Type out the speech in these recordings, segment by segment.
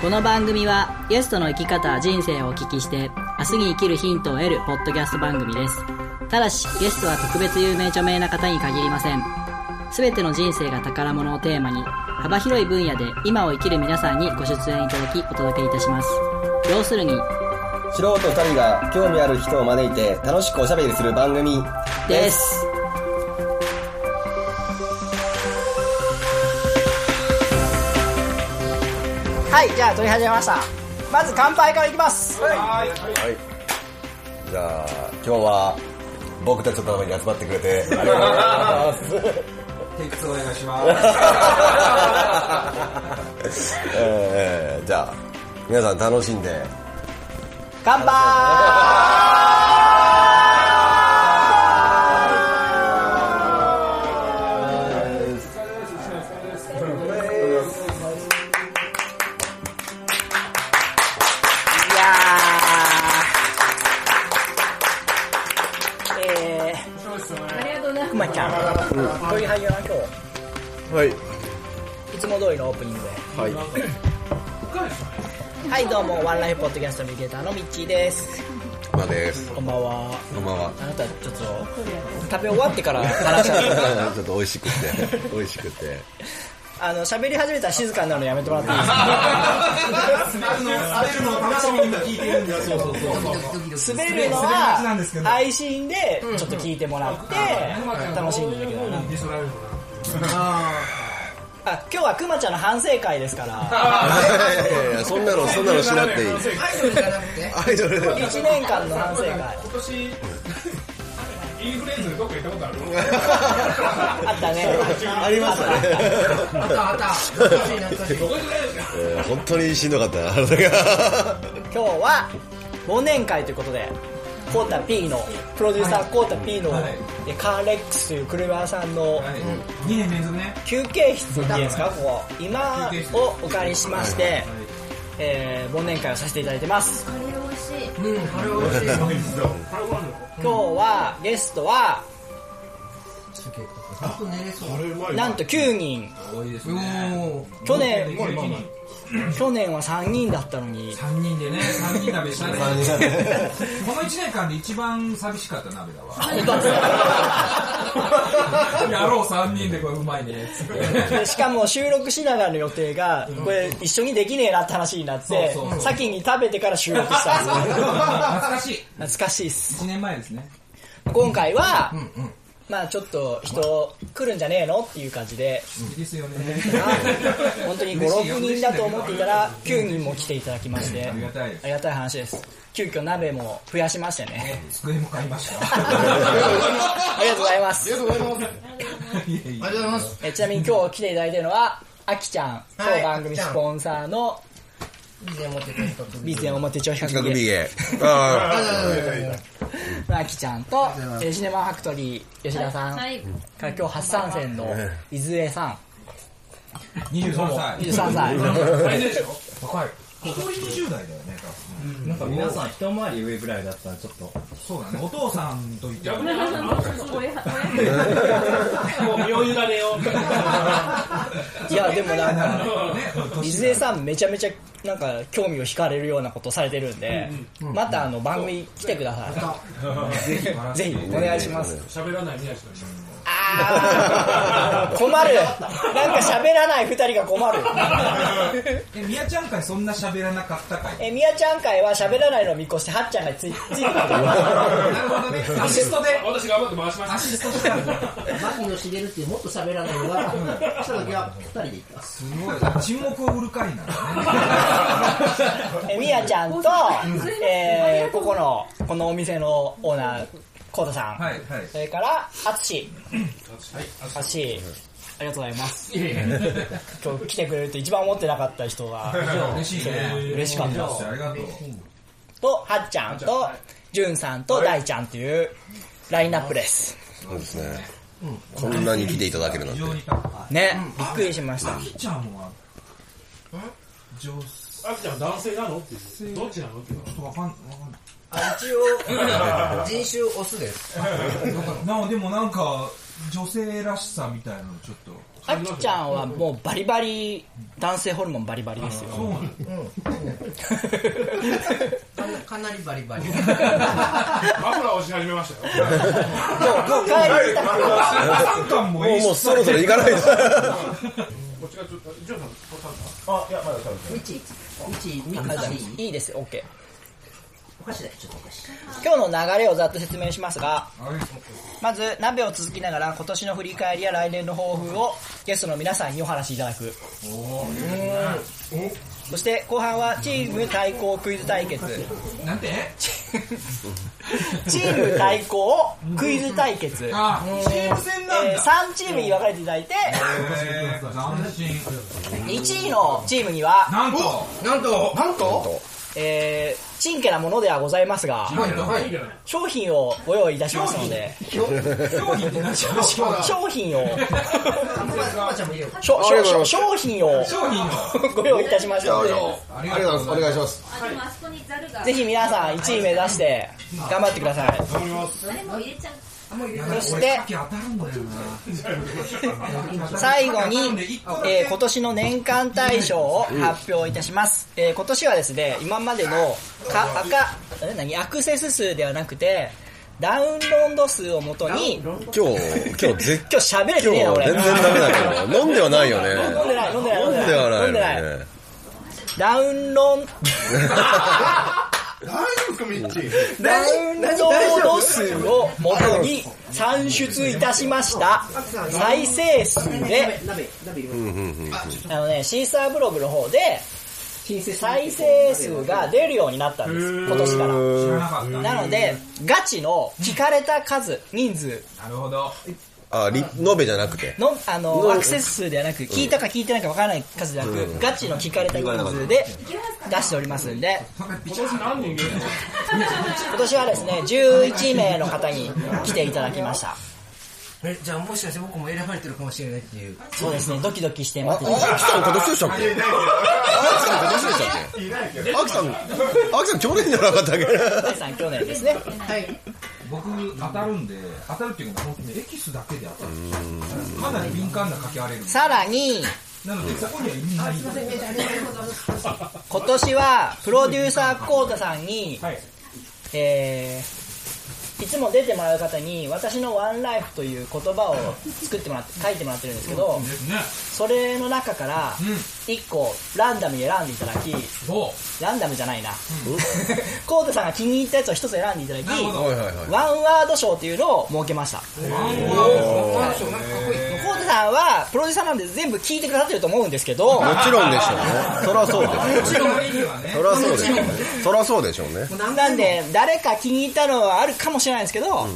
この番組はゲストの生き方人生をお聞きして明日に生きるヒントを得るポッドキャスト番組ですただしゲストは特別有名著名な方に限りません全ての人生が宝物をテーマに幅広い分野で今を生きる皆さんにご出演いただきお届けいたします要するに素人2人が興味ある人を招いて楽しくおしゃべりする番組ですはいじゃあ撮り始めましたまず乾杯からいきますはいじゃあ今日は僕たちのために集まってく れてありがとうございますテイク2お願いします。 えー、じゃあ皆さん楽しんで乾杯いやーえーくまちゃん、こういう俳優は今はい日いつも通りのオープニングではいはいどうもワンライフポッドキャストナビゲーターのミッチーですまあですこんばんはこんばんはあなたちょっと食べ終わってから話し合う ちょっと美味しくて 美味しくてあの喋り始めたら静かになるのやめてもらっていいあれの楽しみに聞いてるんだそうそうそう。ですか滑るのちなんですけはど配信でちょっと聞いてもらって楽しんでるけどなあ今日はくまちゃんの反省会ですからいやいやそんなのそんなのしなくていいアイドルじゃなくて1年間の反省会今年、インフルエンザでどっか行ったことあるあったねありましたねどこじゃないですか えー本当にしんどかったなあれが今日は忘年会ということでコータ P のプロデューサーコータ P のはいえカーレックスという車屋さんの2年連続ね。休憩室っていうんですかここ今をお借りしまして、えー忘年会をさせていただいてますあれ美味しい。あれ美味しい。今日はゲストはなんと9人去年去年は3人だったのに3人でね、3人鍋したね。この1年間で一番寂しかった鍋だわ。やろう3人でこれうまいね。で しかも収録しながらの予定がこれ一緒にできねえなって話になってそうそうそう先に食べてから収録したんで すよ懐かしい。懐かしいっす1年前ですね。今回はうんうん。まあちょっと人来るんじゃねえのっていう感じでいいですよね。本当に56人だと思っていたら9人も来ていただきましてありがたいですありがたい話です急遽鍋も増やしましてね机も買いました。ありがとうございますありがとうございます。えちなみに今日来ていただいてるのはあきちゃん当番組スポンサーの備前表町企近く画部見でえあ あきちゃんとえシネマファクトリー吉田さんはい。から今日初参戦の伊豆さん23歳。 23歳若い。誇り20代だよね、なんか皆さん一回り上ぐらいだったらちょっとそうだね。お父さんと言って いやでもなんか伊豆さんめちゃめちゃなんか興味を惹かれるようなことされてるんでまたあの番組来てくださぜひ いぜひお願いします喋らない宮地と一緒にあー困るなんか喋らない2人が困るえ、みやちゃん会そんな喋らなかったかいえみやちゃん会は喋らないのを見越してはっちゃんがついついてきたなるほどね。アシストで。私頑張って回しまアすシストしたんだ。牧野茂っていうもっと喋らないのが、その時は二人で行った。すごいな。沈黙を売る会なんだね。えみやちゃんと、えーここのこのお店のオーナーコウタさん、はい、はい。それからあつしあつしありがとうございます 今日来てくれると一番思ってなかった人が嬉しいね。嬉しかったですありがとう。とはっちゃんとじゅんさんと大ちゃんというラインナップですーそうですねこんなに来ていただけるなん非て常に高い。ねびっくりしましたあきちゃんは、女あきちゃんは男性なのっていうどっちなのっていうの性わかん、わかんない。 一応、人種オスです。なんかなでもなんか女性らしさみたいなのちょっとあきちゃんはもうバリバリ男性ホルモンバリバリですよそうなのかなかなりバリバリ。マフラーをし始めましたよ。 3巻もいいしもうそろそろ行かないと。こっちがちょっと、ジョンさん、こっ一、一、二、あ三、じゃあいいですよ OK お菓子だよ、ちょっとお菓子。今日の流れをざっと説明しますがまず鍋を続きながら今年の振り返りや来年の抱負をゲストの皆さんにお話しいただくそして後半はチーム対抗クイズ対決なんてチーム対抗クイズ対決、えあチーム戦なんだ3チームに分かれていただいてえー斬新1位のチームには、なんとなんと、なんと。えー、ちんけなものではございますがはい。商品をご用意いたしますので商品って何商品商品をあちゃんもいいよ。しょしょしょ商品を商品のご用意いたしましたのでありがとうございます。お願いします。あでもあそこにザルがぜひ皆さん1位目指して頑張ってくださいあれも入れちゃうそして当たるんだよ最後に、えー今年の年間大賞を発表いたします、えー今年はですね今までのか赤え何アクセス数ではなくてダウンロード数をもとに今今日、今日、絶日喋れて今日ねえな俺全然ダメだけど、飲んではないよね。飲んでない飲んでない飲んではないよ飲んでなね。ダウン ロードダウンロード数をもとに算出いたしました再生数で鍋、鍋、鍋いる。あのね、シーサーブログの方で、再生数が出るようになったんです、今年か知らなかったら。なので、ガチの聞かれた数、人数なるほどあ、り、延べじゃなくて。の、あの、アクセス数ではなく、聞いたか聞いてないかわからない数ではなく、ガチの聞かれた人数で出しておりますんで、何人いるの今年はですね、11名の方に来ていただきました。え、じゃあもしかして僕も選ばれてるかもしれないっていう。そうですね、ドキドキしてあ、待あってきいます。さん今年でしたっけあきさん今年でしたっけあきさん、あきさん去年じゃなかったっけ第3去年ですね。僕当たるんで当たるっていうか本当にエキスだけで当たるかなり敏感な書き割れるさらに、なのでそこには意味ないんだよ今年はプロデューサーコウタさんに、はいえーいつも出てもらう方に「私のワンライフ」という言葉を作ってもらって書いてもらってるんですけどですねそれの中から1個ランダムに選んでいただきおランダムじゃないな コウタさんが気に入ったやつを1つ選んでいただなるきほどはいはいはい。ワンワード賞というのを設けましたコウタさんはプロデューサーなんで全部聞いてくださってると思うんですけどもちろんでしょうね。そらそうですよ。そらそうでしょうね。そらそうでしょうね。なんで誰か気に入ったのはあるかもしれないですけど、あの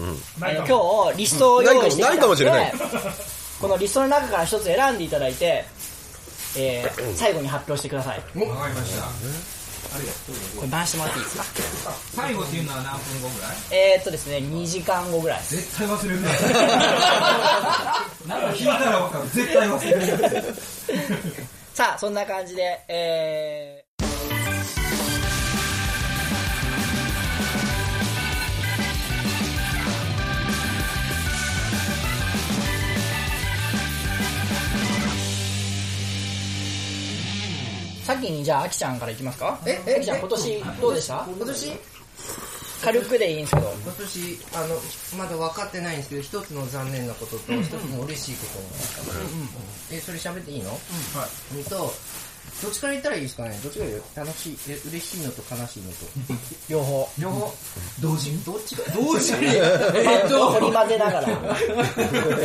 今日リストを用意してきたないかものしれないでこのリストの中から一つ選んでいただいて、えー最後に発表してくださいわかりましたこれ回してもらっていいですか最後っていうのは何分後ぐらいえー、っとですね2時間後ぐらいです絶対忘れ るななんか聞いたらわかる絶対忘れるさあそんな感じでえー先にじゃあ、あきちゃんからいきますか。ええあきちゃん、今年どうでした今年軽くでいいんですけど。今年あのまだ分かってないんですけど一つの残念なことと一つの嬉しいことがあったえそれ喋っていいのうんとどっちから言ったらいいですかねどっちが言う楽しいえ嬉しいのと悲しいのと 両方。両方同時にどっちが同 時に取り混ぜ ながら。あまあ先にね悲しいの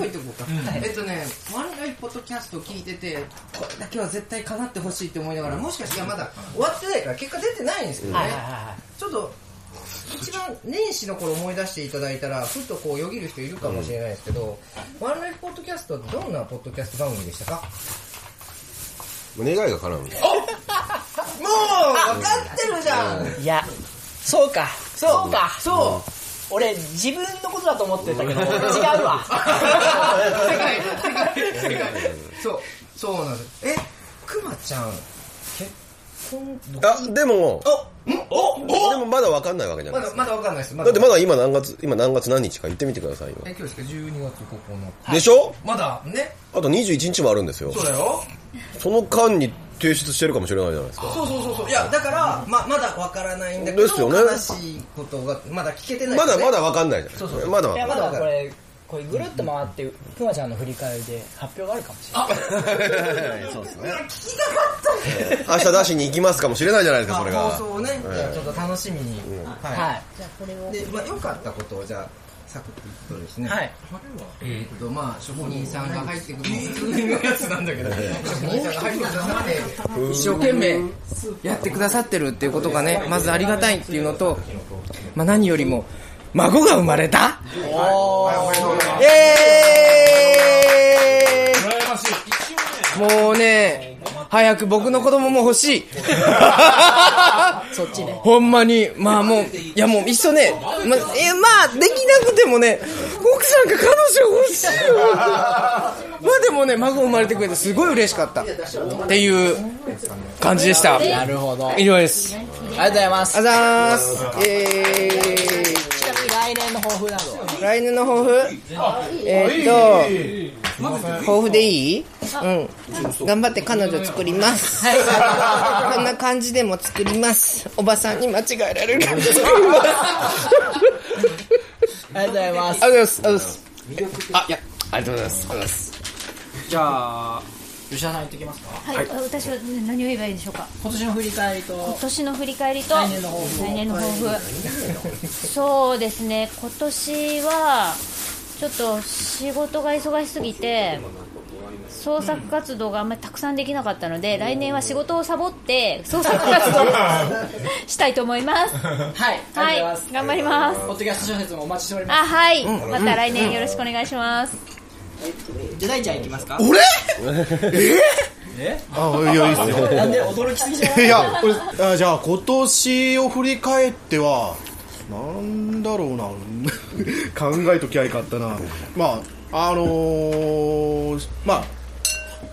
言っとこうか、えっとねワンライフポッドキャストを聞いててこれだけは絶対叶ってほしいって思いながらもしかしていやまだ終わってないから結果出てないんですけどね、はいはいはちょっと、一番年始の頃思い出していただいたら、ふっとこうよぎる人いるかもしれないですけど、ワンライフポッドキャストはどんなポッドキャスト番組でしたか願いが叶うの。もう分かってるじゃんい。いや、そうか。そうか。そ俺自分のことだと思ってたけど違う わ世界、世界、世界。そう、そうなんです。え、くまちゃん、結婚、あ、でも、でもまだわかんないわけじゃなまいでだすか。まだわかんないです。まだってまだ今何月、今何月何日か言ってみてくださいよ。え、今日ですか ?12 月9日。でしょまだねあと21日もあるんですよ。そうだよ。その間に提出してるかもしれないじゃないですか。そうそうそうそう。いや、だから、ま、まだわからないんだけど、ですよね悲しいことが、まだ聞けてない、まだまだ。わかんないじゃないですか。まだわいかんやない。まだこれこれぐるっと回ってくまちゃんの振り返りで発表があるかもしれないそうですね。明日出しに行きますかもしれないじゃないですか、それあが。放送をね、じゃあちょっと楽しみに。ははいい。で、まあ、良かったことを、じゃあ、サクッと言うとですね。はい。えーっと、まあ、職人さんが入ってくる、普通のやつなんだけど、職人さんが入ってくださって、一生懸命やってくださってるっていうことがね、まずありがたいっていうのと、まあ、何よりも、孫が生まれたイエーイ羨ましい。もうね、早く僕の子供も欲しい。そっちねほんまに、まあもう、いやもういっそね、ま、え、まあ、できなくてもね、奥さんが彼女欲しいよ。まあでもね、孫生まれてくれてすごい嬉しかった。っていう感じでした。なるほどあ以り上です。がとうございますあざーす。えーちなみに来年の抱負などは来年の抱負えーっと、抱負でいいうん。頑張って彼女作ります。こんな感じでも作ります。おばさんに間違えられる感じ作ります。ありがとうございますありがとうございます。ありがとうございます。あ、いや、ありがとうございます。ありがとうございます。じゃあ吉田さん言ってきますかはい、私は何を言えばいいでしょうか今年の振り返りと今年の振り返りと来年の抱負そうですね今年はちょっと仕事が忙しすぎて創作活動があんまりたくさんできなかったので、来年は仕事をサボって創作活動をしたいと思いますはいあはりいがとうございます頑張りますポッドキャスト小説もお待ちしておりまあはい、また来年よろしくお願いしますすじゃあ大ちゃん行きますか俺えあ、いや、いいっすよ。なんで驚きすぎじゃないいや、俺、あじゃあ、今年を振り返っては、なんだろうな、 考えときゃいかったな。まあ、あのー、まあ、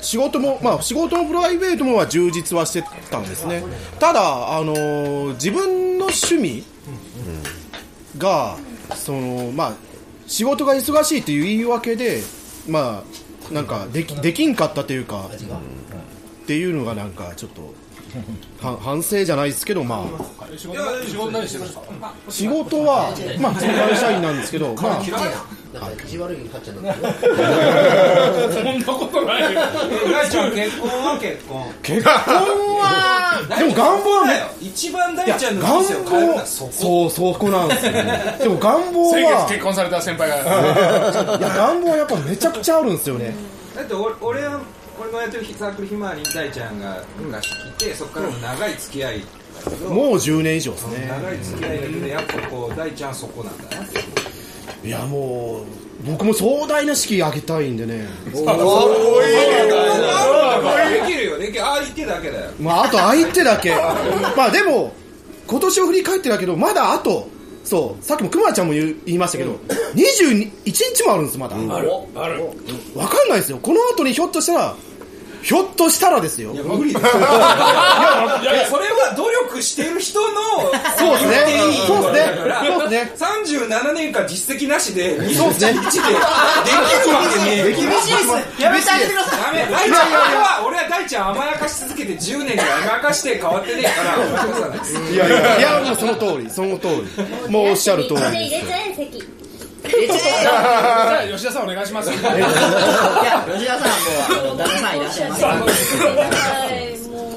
仕事も、まあ、仕事もプライベートもは充実はしてたんですね。ただ、あのー自分の趣味が、その、まあ、仕事が忙しいという言い訳で、まあ、なんかできできんかったというか、っていうのがなんかちょっとは反省じゃないですけどまあ仕事何してるんですか仕事はまあ普通に会社員なんですけどまあ そんなことないよ。大ちゃん結婚は結婚結婚はでも願望はだねよ一番いや大ちゃん願の人生を変えるのは望そこそうそこなんですよねでも願望先月は結婚された先輩が。いや願望はやっぱめちゃくちゃあるんですよねだって俺俺は俺のやってるサークルひまわりに大ちゃんが昔来てそこからの長い付き合いだけどもう10年以上ですね長い付き合いだけどやっぱこう大ちゃんそこなんだないやもう僕も壮大な式挙げたいんでねできるよできるああ言ってだけだよまああと相手だけまあでも今年を振り返ってだけどまだあとそうさっきもくまちゃんも言う言いましたけど、21日もあるんですまだ、わある。かんないですよこの後にひょっとしたらひょっとしたらですよ いや無理ですよいやいやそれは努力してる人のそうですね言っていいそうですねことだからそうですね37年間実績なしで21でできるそうですねわけねえよ厳しいですやめてあげてくださダメ大ちゃんは俺は大ちゃん甘やかし続けて10年ぐらい甘やかして変わってねえから甘やかさないですいいやいやいやもうその通りその通りもうおっしゃる通り入れちゃえ席じゃあ吉田さんお願いします。いや吉田さんもうあの旦那さんいらっしゃいますからはいも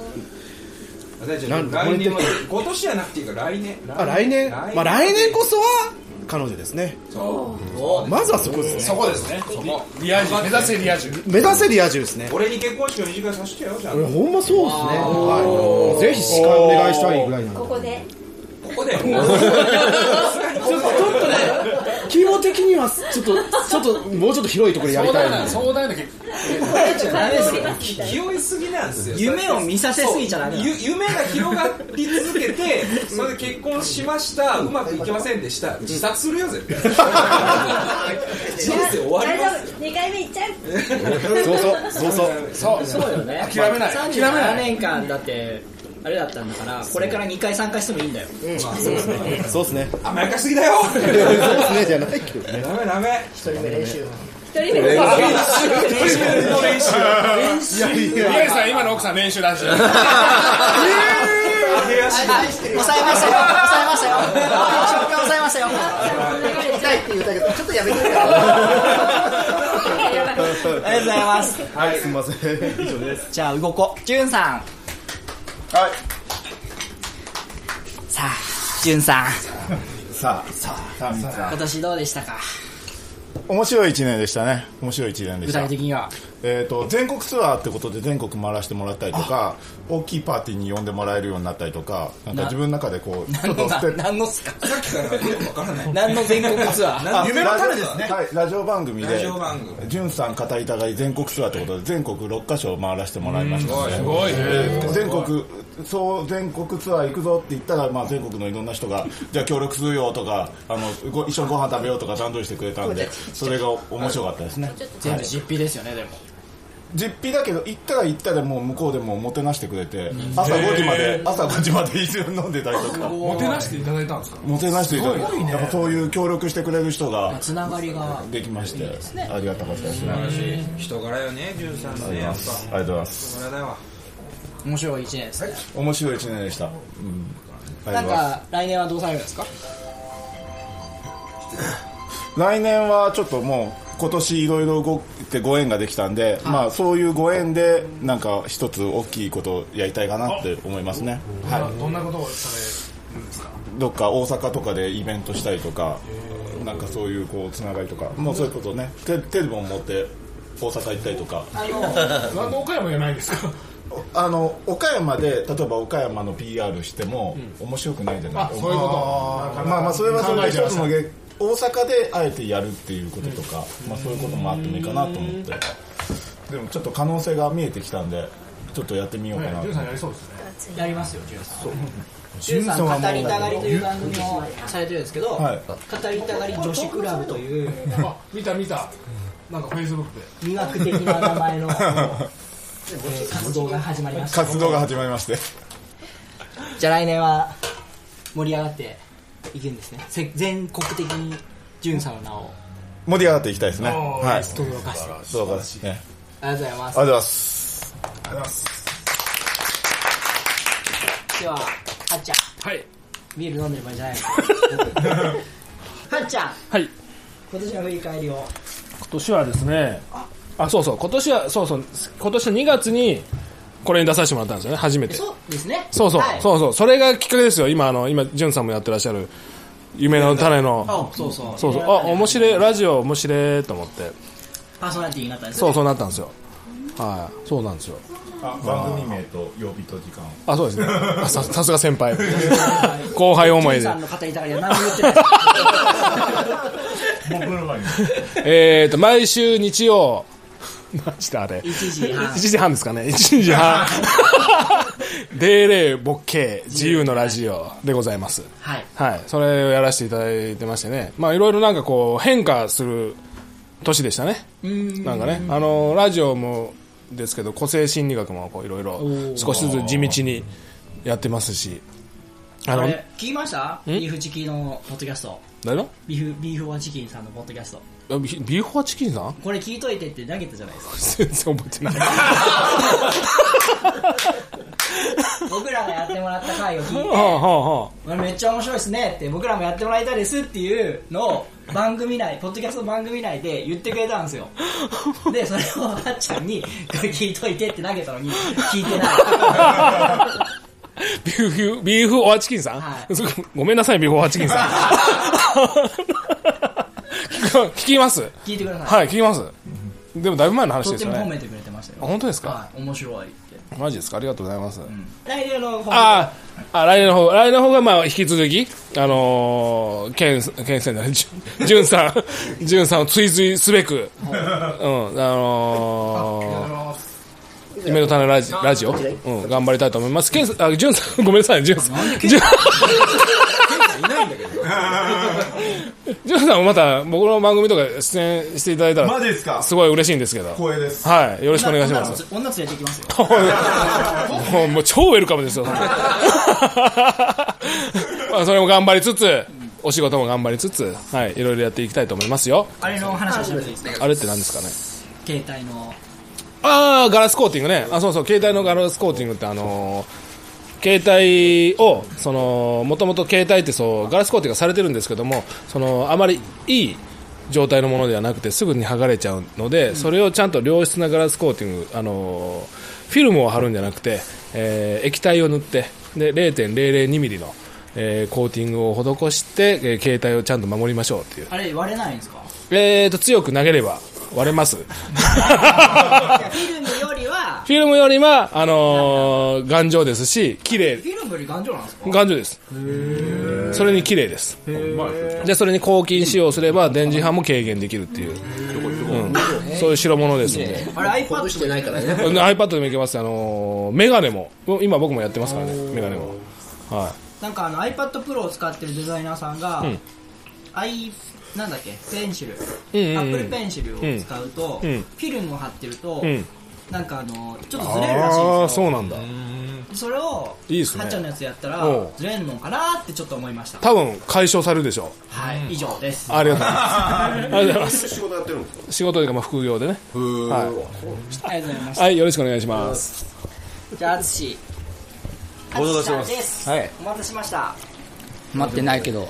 う大ちなゃんん来年も今年じゃなくていいから来年あ来年まあ来年こそは彼女ですねまずはそこですそねこですね。リア充目指せリア充。目指せリア充です ね俺に結婚式を二次会させてよじゃあいやほんまそうですねはいぜひ司会お願いしたいぐらいなんでここでここでちょっとね、規模的にはちょっと、ちょっと、もうちょっと広いところでやり壮たい大なな壮大な結婚。ダメですよ気負いすぎなんですよ夢を見させすぎちゃダメだゆ夢が広がり続け てそれで結婚しましたうまくいきませんでした自殺するよ絶対 人生終わ大ります丈夫2回目いっちゃうそうそう、そうそう。そうそうよね諦めない37年間だってあれだったんだからこれから2回参加してもいいんだよ、まあそうですねそうですね甘やかしすぎだよそうですねじゃないけどねダメダメ一人目練習一人目練習一人目の練習練習いやいや宮城さ ん今の奥さん練習らしいえー抑えましたよ抑えましたよ消化抑えましたよ痛いって言うたけどちょっとやめてくれありがとうございます。はい、すみません。以上です。じゃあ動こう。じゅんさん。はい。さあ、じゅんさん。さあ、さあ、今年どうでしたか面白い一年でしたね。面白い一年でした。具体的には。えっ、と、全国ツアーってことで全国回らせてもらったりとか、大きいパーティーに呼んでもらえるようになったりとか、なんか な自分の中でこう、ちょっとステップ何のっすかさっきからよくわからない。何の全国 ツアーはい、ラジオ番組ラでジオ番、じゅんさん語りたがい全国ツアーってことで、全国6カ所回らせてもらいましたので、うんすごいすごいえーね全国、そう、全国ツアー行くぞって言ったら、まあ、全国のいろんな人が、 じゃあ協力するよとか、あのご一緒にご飯食べようとか、段取りしてくれたんで、それが面白かったですね。全は部い実費ですよね、でも。実費だけど行ったら行ったでもう向こうでももてなしてくれて朝5時までへー朝5時まで一緒に飲んでたりとかもてなしていただいたんですかもてなしていただいすごいてやっぱそういう協力してくれる人がつながりができましてねありがたかったです素ね晴らしい人柄よね潤さんありねがやとうございっぱますありがとうございます人柄だわ面白い一年ですね。面白い一年でしたうんありがなとんうございますか、来年はどうされるんですか来年はちょっともう今年いろいろ動いてご縁ができたんで、まあ、そういうご縁でなんか一つ大きいことをやりたいかなって思いますね、はい、どんなことをされるんですかどっか大阪とかでイベントしたりとか、なんかそういうこうつながりとか、もうそういうことね、テテレビも持って大阪行ったりとか、 なんで岡山じゃないんですかあの岡山で、例えば岡山の PR しても、面白くないじゃないあそういうことあーまあまあ、それはそれで一つの考えげ大阪であえてやるっていうこととか、まあ、そういうこともあってもいいかなと思って、でもちょっと可能性が見えてきたんで、ちょっとやってみようかなと。 りそうですやりますよ、じゅんさん。じゅ純んささんはん、もう語りたがりという番組をされてるんですけど、はい語りたがり女子クラブと いうあ見た見たなんかフェイスブックで魅惑的な名前の、えー活動が始まりました。活動が始まりましてじゃあ来年は盛り上がっていくんですね。せ全国的にじゅんさんの名を。盛り上がっていきたいですね。おーはい。とどろかしてとどろかしてねありがとうございありがま。とうございますす。では、はっちゃん。はい。ビール飲んでる場合じゃない のはっちゃん。はい。今年の振り返りを。今年はですねあそうそう今年はそうそう今年の2月にこれに出させてもらったんですよね初めてそうですね。そうそう、はいそうそうそれがきっかけですよ今あの今んさんもやってらっしゃる夢の種のあそうそうそうそうあ面白いラジオ面白いと思ってパーソナリティになったんですそうそうなったんですよはいそうなんですよあ番組名と曜日と時間あそうですねあささすが先輩後輩思いジでュンさんの語りたがりは何も言ってないです。僕の前に。えっと毎週日曜 マジであれ1時半1時半ですかね1時 半デーレーボッケー自由のラジオでございますはいはい、それをやらせていただいてましてね、まあ、いろいろなんかこう変化する年でしたね、うんなんかね、あのラジオもですけど、個性心理学もこういろいろー少しずつ地道にやってますし、ああのの、聞きましたビーフチキンのポッドキャスト。誰のビーフ、ビーフワチキンさんのポッドキャスト。あビビーフォアチキンさんこれ聞いといてって投げたじゃない ですか。全然覚えてない。僕らがやってもらった回を 聞いて、はあはあはこれめっちゃ面白いですねって僕らもやってもらいたいですっていうのを番組内ポッドキャスト番組内で言ってくれたんで すよでそれをあっちゃんに「これ聞いといて」って投げたのに聞いてないあビーフ、ビーフオアチキンさん、ごめんなさい、ビーフオアチキンさん。 聞く聞きます聞いてくださいはい、聞きます。でもだいぶ前の話とっですてよもね。褒めてくれてましたよあ本当ですかはい面白いってマジですかありがとうございます。来年の褒めああ、あ、来年の方、来年の方が、まあ、引き続き、あのー、ケン、ケンセンじゃない、ジュンジュンさ ん、ジュンさんを追随すべく、うん、あのー、夢の種ラジラジオ、うん、頑張りたいと思います。ケンあ、ジュンさん、ごめんなさい、ジュンさん。ジュンいないんだけどジョンさんもまた僕の番組とか出演していただいたら、マジですかごい嬉しいんですけど。光栄ですはい。よろしくお願いします。女連れてきますよ。もうもう超ウェルカムですよ。 まあそれも頑張りつつ、お仕事も頑張りつつ、はい、いろいろやっていきたいと思いますよ。あれの話をしてもらっていいですかあれって何ですかね。携帯の。ああ、ガラスコーティングね。あ、そうそう、携帯のガラスコーティングってあのー携帯を、その、もともと携帯ってそう、ガラスコーティングがされてるんですけども、その、あまりいい状態のものではなくて、すぐに剥がれちゃうので、それをちゃんと良質なガラスコーティング、あのーフィルムを貼るんじゃなくて、えー液体を塗って、で、0.002ミリの、えーコーティングを施して、えー携帯をちゃんと守りましょうっていう。あれ割れないんですかえーと、強く投げれば割れます。フィルムよりは、フィルムよりは、あのー頑丈ですし、綺麗フ。ィルムより頑丈なんですか頑丈です。それに綺麗です。で、それに抗菌使用すれば、電磁波も軽減できるっていう。うんそういう代物ですので。あれ iPad してないからね iPad でもいけます。あのーメガネも。今僕もやってますからね、メガネも。はなんかあの iPad Pro を使ってるデザイナーさんが、うん i なんだっけペンシル、うんうんうんアップルペンシルを使うと、うんフィルムを貼ってると、い。うん。なんかあのちょっとずれるらしいんああ、ですよそうなんだ。それをいいっすねはっちゃんのやつやったらおうずれんのかなってちょっと思いました多分、解消されるでしょう。はい以上ですありがとうございます。ありがとうございます。仕事やってるんですか仕事というか、まあ、副業でね。はありがとうございましい。はい、よろしくお願いします。たじゃあ淳ご無沙汰してます淳ですはいお待たせしました待ってないけど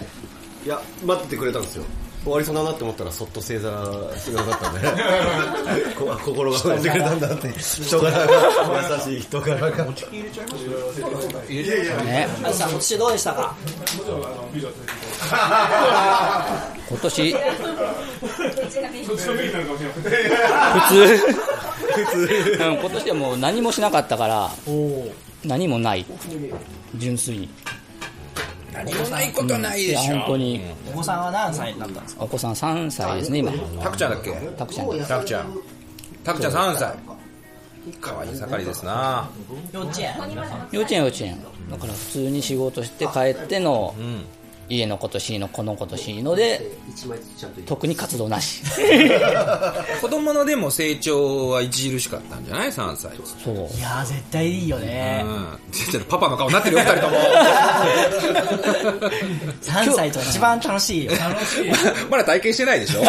いや待っててくれたんですよ終わりそうだなって思ったらそっと正座してくださったんでこ心が折れてくれたんだって人柄が優しい人柄が入れちゃいますいやいやねあずさん今年どうでしたか今 年普通普通、うん、今年はもう何もしなかったから何もない純粋に何もないことないでしょいや本当にお子さんは何歳になったんですかお子さん3歳ですね今タクちゃんだっけタクちゃんですタクちゃんタクちゃん3歳かわいい盛りですな幼稚園幼稚園幼稚園だから普通に仕事して帰っての、家のことしいのこのことしいので特に活動なし子供のでも成長は著しかったんじゃない3歳そういやー絶対いいよねう んちょっとパパの顔になってるよ2人とも3歳と一番楽しいよ楽しいまだ体験してないでしょ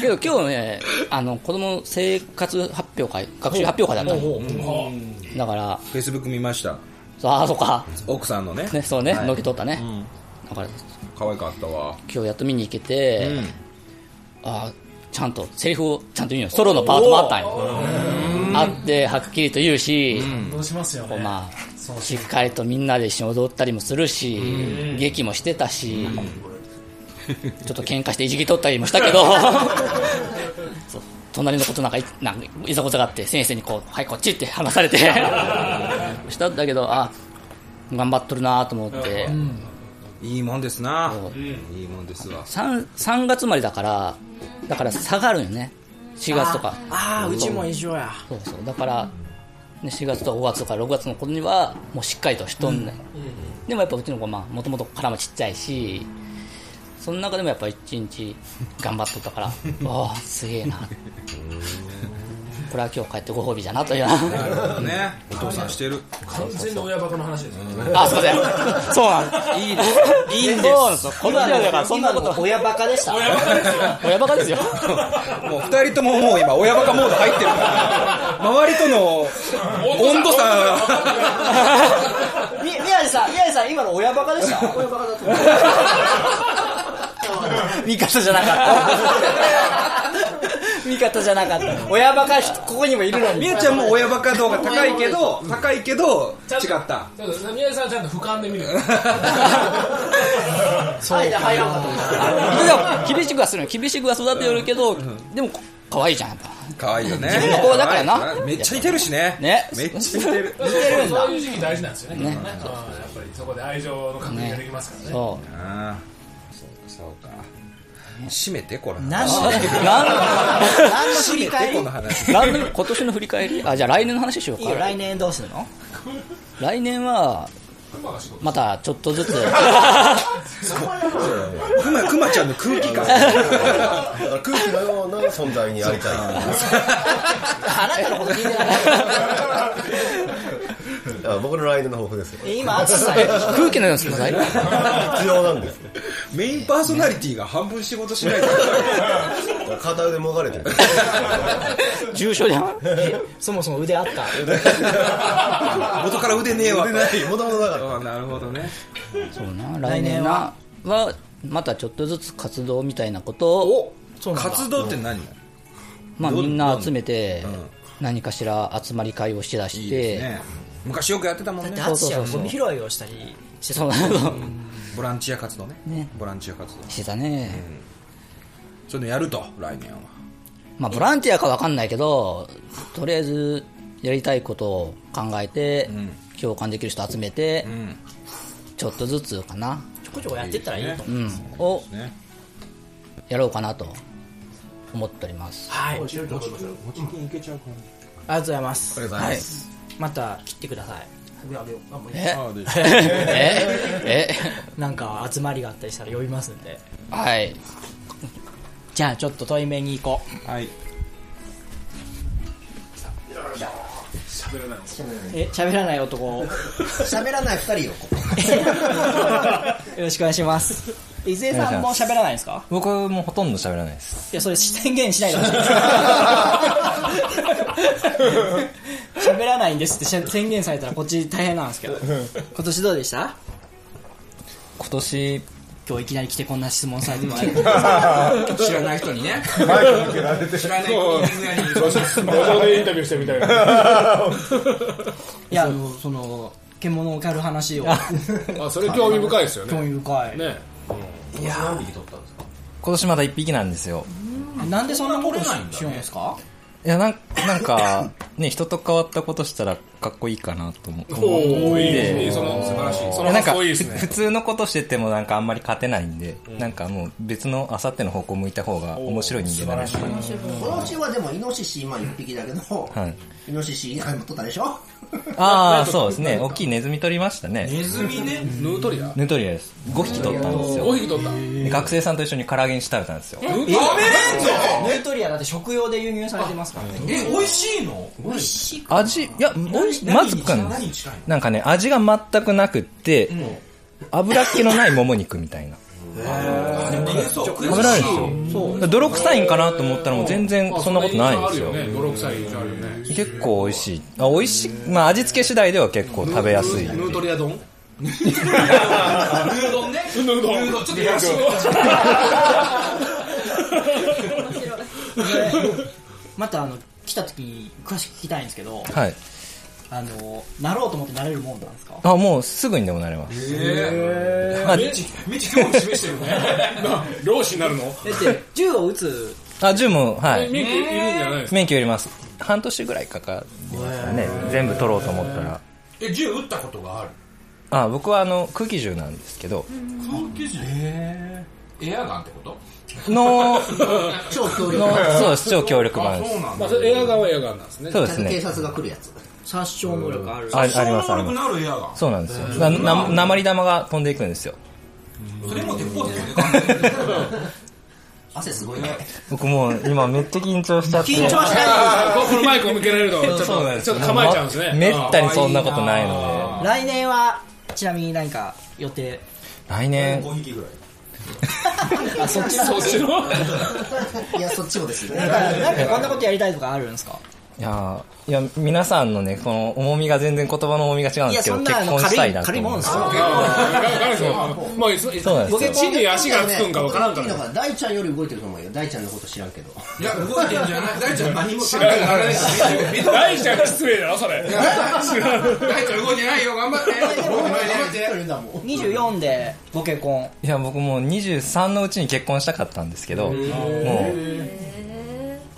けど今日ねあの子供の生活発表会学習発表会だったのだからフェイスブック見ましたああそうか奥さんのねねそうね、はいのけ取ったね、だから可愛かったわ今日やっと見に行けて、あちゃんとセリフをちゃんと言うよソロのパートもあったんよあってはっきりと言うし、どうしますよこうね。まあしっかりとみんなで一緒に踊ったりもするし、劇もしてたし、ちょっと喧嘩していじき取ったりもした けどそう隣のことなんかいなんかいざこざがあって先生にこう「はいこっち」って話 されてしたんだけどあ頑張っとるなと思って。いいもんですないいもんですわ 3, 3月生まれだからだから下がるよね4月とかああーうちも一緒やそうそうだから、ね、4月とか5月とか6月の子にはもうしっかりとしとんね、ん、でもやっぱうちの子はもともと殻もちっちゃいしその中でもやっぱ一日頑張っとったから ああすげえなこれは今日帰ってご褒美じゃなというようななるほどねお父さんしてる完全に親バカの話ですよね。あすいませんそうなんですいいですいいんですそうなんですよこの時代だからそんなこと親バカでした親バカですよ親バカですよ もう2人とももう今親バカモード入ってるから周りとの温度差み宮地さん宮地さん今の親バカでした親バカだと思う味方じゃなかった味方じゃなかった親バカここにもいるのにみゆちゃんも親バカ度が高いけ ど高いけど違ったちょっと宮地さんちゃんと俯瞰で見る。はいじゃあ入ろうかと思でも厳しくはするよ厳しくは育てるけど、でも可愛いじゃんやっぱ可愛いよね自分の子だからなめっちゃ似てるしねねめっちゃ似て るそういう時期大事なんですよね。ねきっとねうんやっぱりそこで愛情の確認ができますからね。そあーそうかそうか閉めてこれ何の 何の振り返閉めてりこの話うなんで今年の振り返りあじゃあ来年の話しよういかいよ来年どうするの来年はまたちょっとずつくまくまちゃんの空気 感だから空気のような存在にありたい。あなたのこと聞いてない あ僕の来年の抱負ですよ。今淳さんやでしょ空気のような存在必要なんです。メインパーソナリティが半分仕事しない片腕もがれてる。重症じゃんそもそも腕あった 元から腕ねえわ腕ない元々なかったなるほどねそうな来年なはまたちょっとずつ活動みたいなことを活動って何まあどみんな集めて何かしら集まり会をして出いしいてですね昔よくやってたもんねだって淳はゴミ拾いいをしたりしてた ボランティア活動ねねボランティア活動してたね、そういうのやると来年はまあボランティアかわかんないけどとりあえずやりたいことを考えて、共感できる人集めて、ちょっとずつかなちょこちょこやってったらいいとう思うんんですよ、をやろうかなと思っておりますはいもちもちもちくんいけちゃうかもありがとうございますありがとうございますはいまた切ってくださいあげようあもういい えあでええ なんか集まりがあったりしたら呼びますんではいじゃあちょっと遠い目に行こうはい喋らないえ喋らない男よ喋らない二人よ、ここ。 ろしくお願いします伊勢さんも喋らないんですか僕もほとんど喋らないです。いやそれ宣言しないでほしい喋らないんですって宣宣言されたらこっち大変なんですけど今年どうでした今年、今日いきなり来てこんな質問されても知らない人にねマイク向知けららなれいて人にそう路上でインタビューしてみたいないやあのその獣を狩る話をあそれ興味深いですよね興味深いねいやー今年まだ一匹なんですよ。なんでそんなことしようんですかいや、なんなんか、ね、人と変わったことしたらかっこいいかなと思思おーっていいねその素晴らしいそのやなんか発想いいですねふ普通のことしててもなんかあんまり勝てないんで、なんかもう別のあさっての方向向いた方が面白い人間だなと思います。このうちはでも、イノシシ今1匹だけど、はい。イノシシ以外も取ったでしょああ、そうですね。大きいネズミ取りましたね。ネズミねヌートリアヌートリアです。5匹取ったんですよ。 5匹取ったで学生さんと一緒に唐揚げにして食べたんですよ。えヌートリアだって食用で輸入されてますからねえ美味しいの美味しい味、いや、おいしまずくはない何にです近いのなんかね、味が全くなくって、脂っ気のないもも肉みたいな。食食べられるんですよ。泥臭いんかなと思ったらもう全然そんなことないんですよ。泥臭い印象あるよね。結構美味しい。あ、美味しい。まあ味付け次第では結構食べやすい。ヌートリア 丼ヌードンねヌードンちょっとや らしいまたあの来た時詳しく聞きたいんですけどはい。あのなろうと思ってなれるもんなんですかあ、もうすぐにでもなれます。えまあメチ、メチ興味示してるね。な漁師になるのだって銃を撃つあ、銃も、はい。免許いるんじゃないです免許いります。半年ぐらいかかりますかね。全部取ろうと思ったら。え、銃撃ったことがあるあ、僕はあの、空気銃なんですけど、空気銃エアガンってことの、 超強力のそうです、超協力版です。まあ、それエアガンはエアガンなんですね。そうですね警察が来るやつ。殺傷能力あるああります、ありなるエアガまンす。そうなんですよ。うんな、な、鉛玉が飛んでいくんですよ。それも鉄砲ですよね 汗すごいね 僕もう今めっちゃ緊張しちゃって。ここのマイクを向けられると、ちょっとそうなんですちょよっと構えちゃうんですね。めったにそんなことないの来年はちなみに何か予定で。来年、匹ぐらい。あそっちのそっ ちのいや、そっちもですよなんかなんかこんなことやりたいとかあるんですかいやーいや、皆さんのね、この重みが全然言葉の重みが違うんですけど、結婚したいなと思います。まあ、そそうなんですよ地に足がつくんかわからんからいいのか大ちゃんより動いてると思うよ。大ちゃんのこと知らんけど。いや、動いてんじゃない。大ちゃん何も知らんない。大ちゃんが失礼だろ、それ。大ちゃん動いてないよ、頑張って。 24でご結婚いや、僕もう23のうちに結婚したかったんですけど、もう、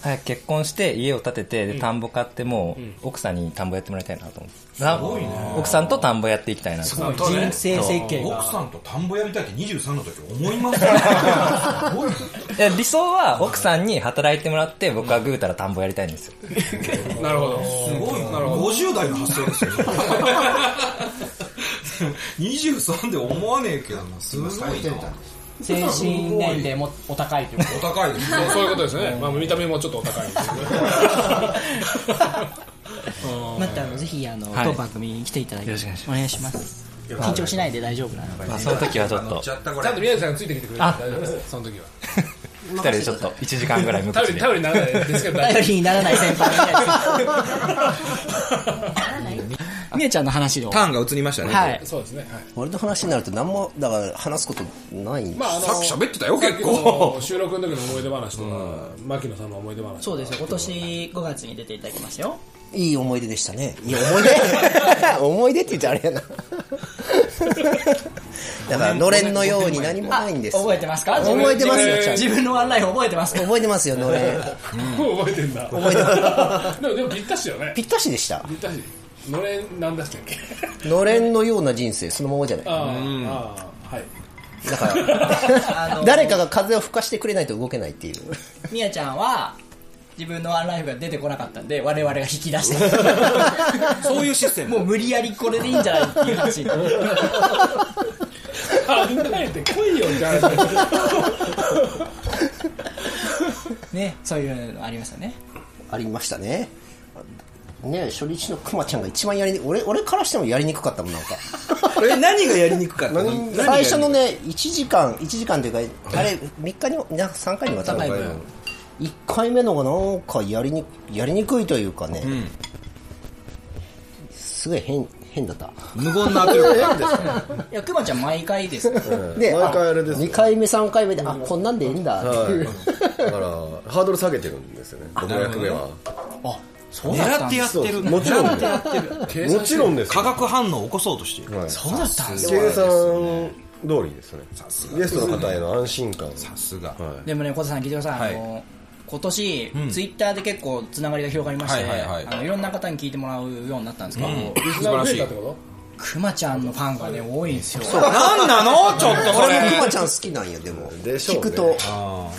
早く結婚して家を建てて、で田んぼ買ってもう、奥さんに田んぼやってもらいたいなと思って。奥さんと田んぼやっていきたいなと思って。奥さんと田んぼやりたいって23の時思います いや理想は奥さんに働いてもらって、僕はぐうたら田んぼやりたいんですよ。なるほど。す ごいな50代の発想ですよ23で思わねえけどな、すごいな。精神年齢もお高いということお高いです そういうことですね、まあ、見た目もちょっとお高いです ねまたあのぜひあの、はい当番組に来ていただいてよろしくお願いしお願いします緊張しないで大丈夫なのまあその時はちょっと乗っちちゃんと宮治さんがついてきてくれるんであ大丈夫ですその時は二人でちょっと1時間ぐらい無口で頼り頼りにならないですけど頼りにならない先輩みたいなみえちゃんの話をターンが移りましたねはいそうですね はい俺の話になると何もだから話すことないんです、まああのさきの収録の時の思い出話とか牧野さんの思い出話そうですよ今年5月に出ていただきましたよいい思い出でしたねいい思い出 思い出って言っちゃあれやな だからのれんのように何もないんですあ覚えてますか自分覚えてますよちゃんと自分のワンライフ覚えてますか覚えてますよのれ ん覚えてんだ覚えて までもでもぴったしだよねぴったしでしたぴったしのれんなんだっけのれんのような人生そのままじゃないああああはいだから、 あの誰かが風を吹かしてくれないと動けないっていう。みえちゃんは自分のワンライフが出てこなかったんで我々が引き出した そういうシステムもう無理やりこれでいいんじゃないっていう話考えてこいよみたいなねそういうのありましたねありましたね。ね初日のクマちゃんが一番やりに俺、俺からしてもやりにくかったもん、なんか。え何がやりにくかった何最初のね、1時間、1時間というか、あれ、3日にも、な3回にわたる三回分1回目のがなんかやりに、やりにくいというかね、すごい変、変だった。無こ言いやくまちゃん毎回ですよで、あ2回目、3回目で、あ、こんなんでいいんだっていう。だから、ハードル下げてるんですよね、僕の役目は。あ、そうだったんです狙ってやってるもちろん。狙ってやってるもちろんです。化学反応を起こそうとしている、そうだったんですね計算通りですね。ゲストの方への安心感。さすが。でもね小田さん聞いてください、あの今年、うんツイッターで結構つながりが広がりまして、はいはいはいあのいろんな方に聞いてもらうようになったんですけど、うんリスナーが増えたってことくまちゃんのファンがね多いんですよそうなんなのちょっとそれ俺もくまちゃん好きなんやでもでしょうね聞くと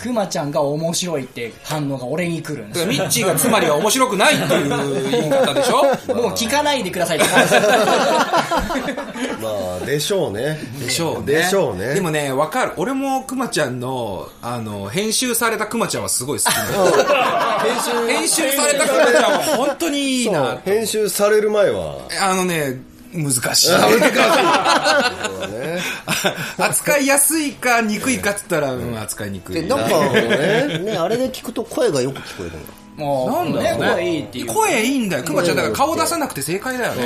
くまちゃんが面白いって反応が俺に来るんですよミッチーがつまりは面白くないっていう言い方でしょ もう聞かないでくださいってまあ、でしょうね。でしょうね。でしょうね。でもね、わかる。俺もくまちゃんの、あの、編集されたくまちゃんはすごい好きな の編集編集されたくまちゃんは本当にいいな。編集される前は。あのね、難しい。 扱いやすいか、にくいかって言ったら、うん扱いにくでい。なんかねねあれで聞くと声がよく聞こえるのもうなんだろうね声いいっていう声いいんだよ。くまちゃん、だから顔出さなくて正解だよね。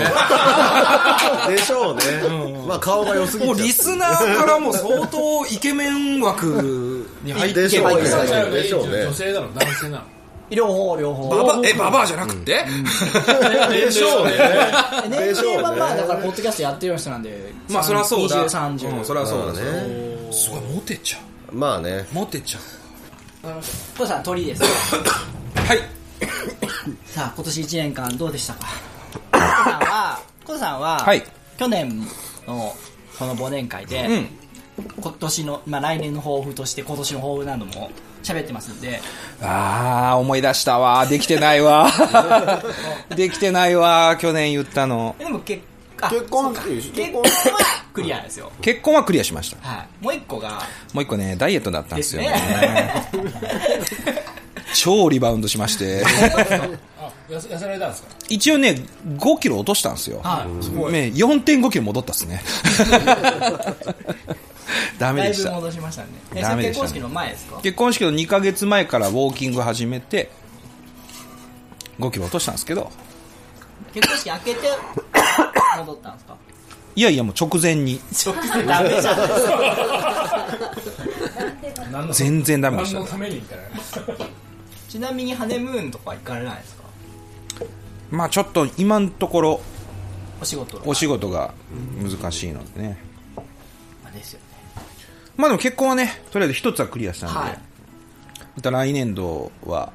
でしょうね。まあ、顔が良すぎちもゃうってリスナーから も相 当イケメン枠に入ってでしょうねでしょうね女性なの男性なの両方両方ババえババアじゃなくて、 でしょうね年齢はまあだからポッドキャストやってる人なんでまあそりゃそうだ2030、うんそりゃそうだねすごいモテちゃうまあねモテちゃう父さん鳥です はいさあ今年1年間どうでしたかコトさんはコトさんは、はい去年のこの忘年会で、うん今年の、まあ、来年の抱負として今年の抱負なども喋ってますんでああ思い出したわできてないわできてないわ去年言ったのでも結結婚結婚はクリアですよ結婚はクリアしましたはいもう一個がもう一個ねダイエットだったんですよねね 超リバウンドしまし てあ痩せ痩せられたんですか一応ね5キロ落としたんですよ、はいすごいね、4.5キロ戻ったっすねダメだいでしぶた戻しましたねえそダれメでしたね結婚式の前ですか結婚式の2ヶ月前からウォーキング始めて5キロ落としたんですけど結婚式開けて戻ったんですかいやいやもう直前に ダメじゃん全然ダメでした何のためにみたいなちなみにハネムーンとか行かれないですかまあちょっと今のところお仕事お仕事が難しいのでねですよねまあでも結婚はねとりあえず一つはクリアしたんで、はいまた来年度は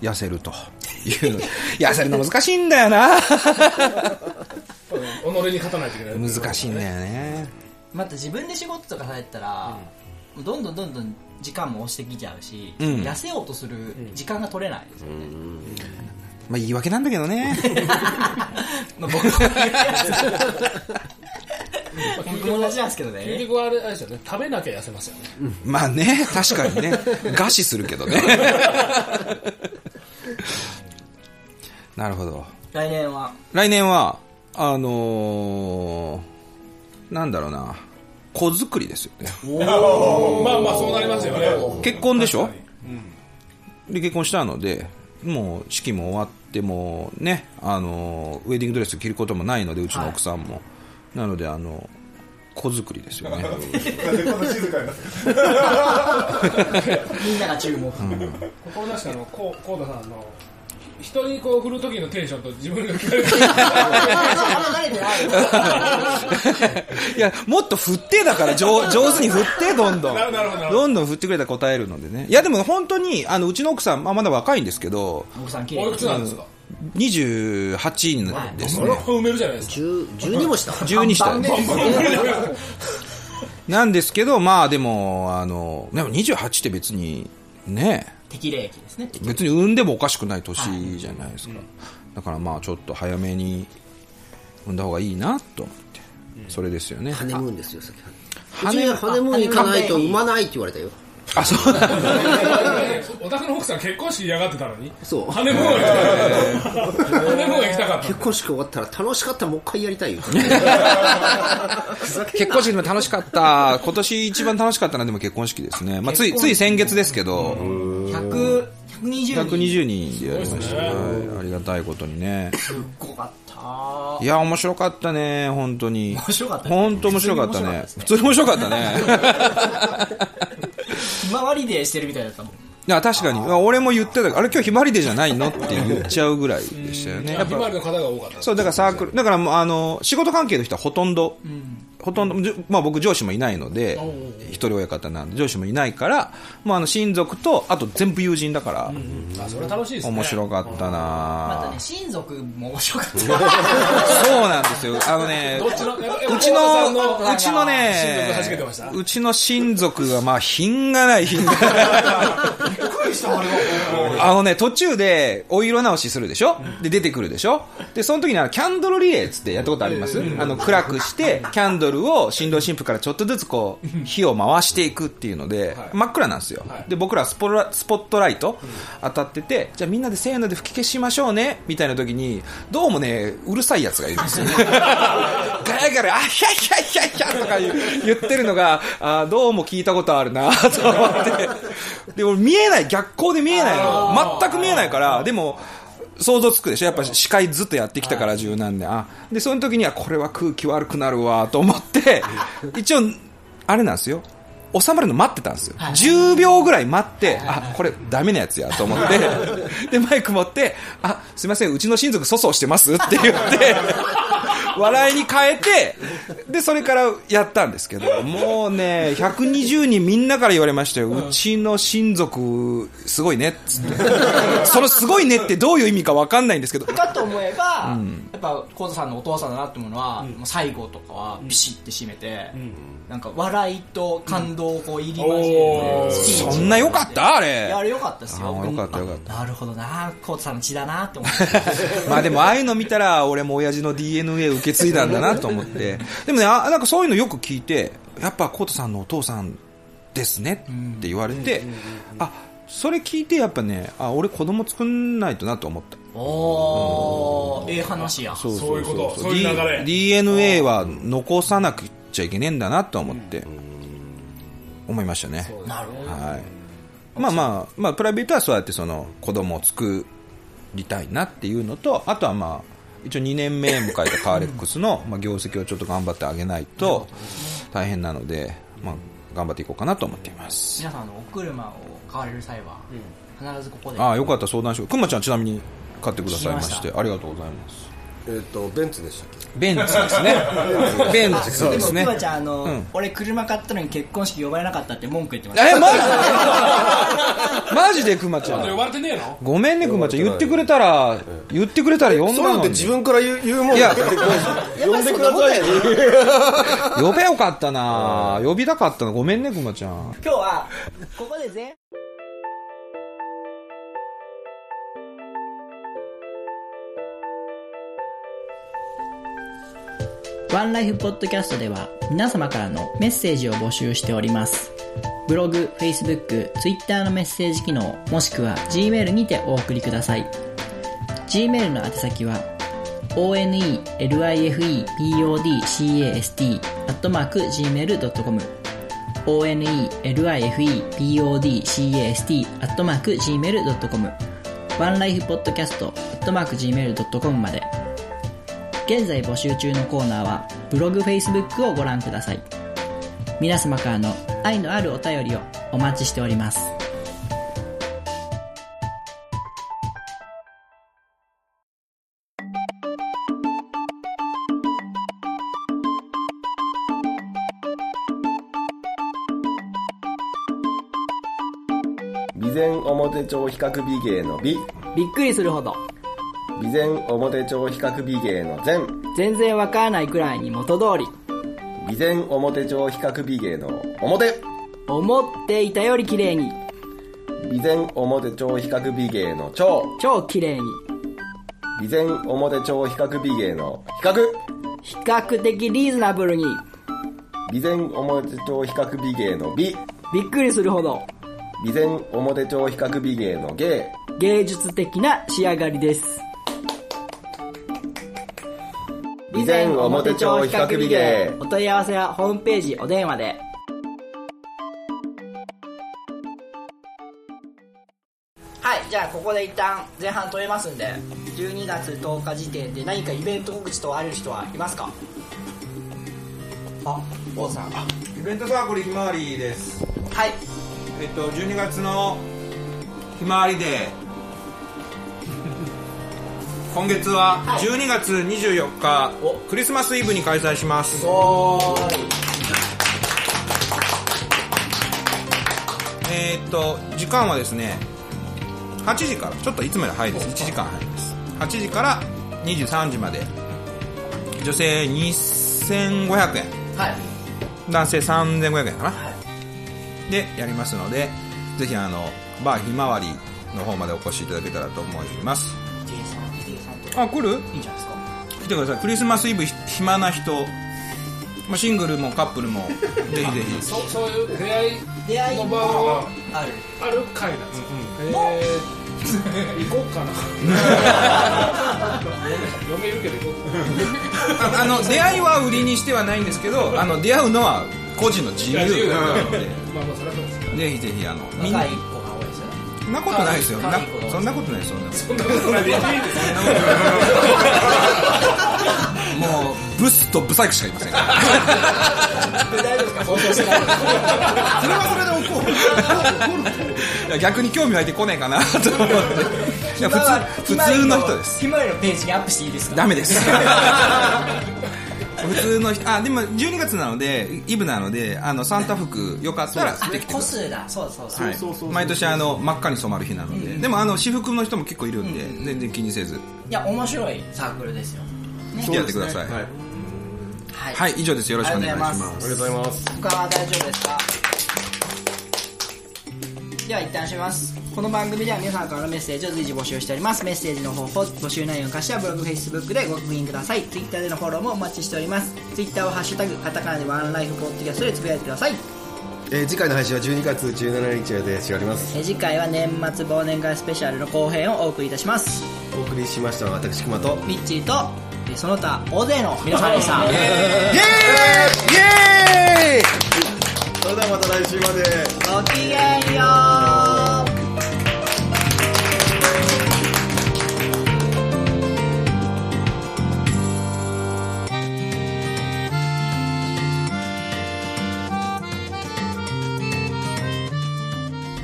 痩せるという の痩せるの難しいんだよな己に勝たないといけない難しいんだよねまた自分で仕事とかされてたら、どんどんどんどん時間も押してきちゃうし、うん痩せようとする時間が取れないですよね、まあ言い 訳なんだけどねまあ僕は僕も同じなんですけどね牛肉はあれあれですよね食べなきゃ痩せ ますよね まあね、確かにね。餓死す るけどね。なるほど。来年は来年は、あのーなんだろうな、子作りですよね。 まあまあそうなりますよね結婚でしょ、で結婚したのでもう式も終わってもうねあのウェディングドレス着ることもないのでうちの奥さんも、なのであの子作りですよね みんなが注目、心なしかのこうこうださんの人にこう振る時のテンションと自分が聞かれていやもっと振ってだか ら上上手に振ってどんどんなるほどなるほどんどん振ってくれたら答えるのでねいやでも本当にあのうちの奥さん、まあ、まだ若いんですけど奥さん綺おいくつなんですか28ですそねれは埋めるじゃないですか12も下12下なんですけど、まあでも、あの、でも28って別に、ね、適齢期 ですね別に産んでもおかしくない年じゃないですか。だからまあちょっと早めに産んだ方がいいなと思って。それですよね。ハネムーンですよ、先うちハネムーン行かないと産まないって言われたよ。あ、そうなんだ。お宅の奥さん結婚式嫌がってたのにそう。ハネムーン行きたかったハネムーン行きたかった 結婚式終わったら楽しかったらもう一回やりたいよ。結婚式でも楽しかった。今年一番楽しかったのはでも結婚式ですね。まあつい、つい先月ですけど。 100 120人120人でやりました、はいありがたいことにねごかったいや面白かったね本当に面白かったね本当面白かったね普通に面白かったね ひまわりでしてるみたいだったもんいや確かに俺も言ってたあれ今日ひまわりでじゃないのって言っちゃうぐらいでしたよねやっひまわりの方が多かっそうだからサークルだからもうあの仕事関係の人はほとんど、ほとんど、じゅまあ、僕上司もいないので一人親方なんで上司もいないからもうあの親族とあと全部友人だから、たあそれは楽しいですね面白かったな、ま たね親族も面白かったそうなんですよ。あのね、どっちのやっぱうち小田さんのの、うちのね親族はじけてました、うちの親族がまあ、品がない、品がない。あのね、途中でお色直しするでしょで、出てくるでしょで、その時にあの、キャンドルリレーっつってやったことありますあの、暗くして、キャンドルを新郎新婦からちょっとずつこう、火を回していくっていうので、真っ暗なんですよ。で、僕らスポラスポットライト当たってて、じゃあみんなでせーので吹き消しましょうね、みたいな時に、どうもね、うるさいやつがいるんですよね。ガヤガヤ、あひゃひゃひゃひゃとか言う言ってるのが、あどうも聞いたことあるな と思って。で、俺見えない、逆光で見えないの。全く見えないから、でも、想像つくでしょやっぱ司会ずっとやってきたから十何年。あで、その時にはこれは空気悪くなるわと思って、一応、あれなんですよ。収まるの待ってたんですよ。10秒ぐらい待って、あ、これダメなやつやと思って、 で、マイク持って、あ、すいません、うちの親族粗相してますって言って、笑いに変えて、で、それからやったんですけど、もうね、120人みんなから言われましたよ。うちの親族、すごいね、っつって。 そのすごいねってどういう意味かわかんないんですけど、かと思えば、うんやっぱコウさんのお父さんだなって思うのは、もう最後とかはビシッて締めて、なんか笑いと感動をこう入り混じってスピーチそんな良かったあれ。いやあれ良かったですよあー良かった良かった。なるほどなコウさんの血だなって思っ まあでもああいうの見たら俺も親父の DNA 受け継いだんだなと思ってでもねあなんかそういうのよく聞いてやっぱコートさんのお父さんですねって言われてあそれ聞いてやっぱねあ俺子供作んないとなと思ったておーええ話やそういうことそう D- いう流れ DNA は残さなくちゃいけねえんだなと思って思いましたねなるほどはい、まあまあ、まあ、プライベートはそうやってその子供を作りたいなっていうのとあとはまあ一応2年目迎えたカーレックスのまあ業績をちょっと頑張ってあげないと大変なので、まあ、頑張っていこうかなと思っています皆さんあのお車を買われる際は、必ずここでああよかった相談してくまちゃんちなみに買ってくださいまし聞きまてありがとうございますえっ、と、ベンツでしたっけベンツで すねベンツそうですねでもくまちゃんあの、うん俺車買ったのに結婚式呼ばれなかったって文句言ってましたえマジで マジでくまちゃん呼ばれてねえのごめんね、くまちゃん。言ってくれたら、言ってくれたら呼んだのに。そういうのって自分から言う言うもんいやだってこう呼んでくださいよ。 呼べよかったな呼びたかったな。ごめんね、くまちゃん。今日はここで全ワンライフポッドキャストでは皆様からのメッセージを募集しております。ブログ、Facebook、Twitter のメッセージ機能、もしくは Gmail にてお送りください。Gmail の宛先は onelifepodcast.gmail.com onelifepodcast.gmail.com onelifepodcast.gmail.com まで現在募集中のコーナーはブログ、Facebook をご覧ください皆様からの愛のあるお便りをお待ちしております備前表帳比較美芸の美びっくりするほど備前表帳比較美芸の善全然わからないくらいに元通り備前表帳比較美芸の表思っていたより綺麗に備前表帳比較美芸の超超綺麗に備前表帳比較美芸の比較比較的リーズナブルに備前表帳比較美芸の美びっくりするほど備前表帳比較美芸の芸芸術的な仕上がりです備前表帳比較美芸お問い合わせはホームページお電話ではいじゃあここで一旦前半取れますんで12月10日時点で何かイベント告知とある人はいますかあ王さんイベントサークルひまわりですはいえっと12月のひまわりで今月は12月24日、クリスマスイブに開催しますえーっと時間はですね8時からちょっといつもより早いです1時間早いです8時から23時まで女性2500円はい男性3500円かな、でやりますのでぜひあのバーひまわりの方までお越しいただけたらと思いますあ来るいいんじゃないですか来てくださいクリスマスイブひ暇な人、まあ、シングルもカップルもぜひぜひそうそういう出会い出会いの場をあるある会なんですか、えー行こうかな嫁いるけど行こうかなああの出会いは売りにしてはないんですけどあの出会うのは個人の自由いや自由なのでまあまあそれはそうですぜひぜひあのみんな若い子が多いですよねそんなことないですよ。な可愛い子が多いそんなことないです。そんなことないです。もうブスとブサイクしかいません。大丈夫ですか放送しなそいれはそれで怒る。逆に興味湧いてこねえかな と思って。いや普通普通の人です。すひまわりのページにアップしていいですかダメ です。 普通の人あでも12月なのでイブなのであのサンタ服よかったら着てきてく個ださい。数だそうそうはい毎年あの真っ赤に染まる日なので、うんでもあの私服の人も結構いるんで、全然気にせずいや面白いサークルですよねやってください、はい、はい以上ですよろしくお願いしますありがとうございます他は大丈夫ですかでは一旦閉めますこの番組では皆さんからのメッセージを随時募集しておりますメッセージの方法募集内容に関してはブログ Facebook でご確認ください Twitter でのフォローもお待ちしております Twitter をハッシュタグカタカナでワンライフポッドキャストでつぶやいてくださいえー次回の配信は12月17日までしておりますえ次回は年末忘年会スペシャルの後編をお送りいたしますお送りしましたのは私熊とミッチーとえその他大勢の皆さん でしたイエーイイエーイそれではまた来週までごきげんよう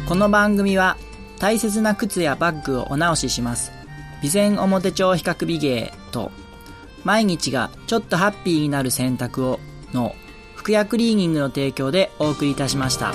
この番組は大切な靴やバッグをお直しします備前表帳比較美芸と毎日がちょっとハッピーになる選択をの服薬クリーニングの提供でお送りいたしました。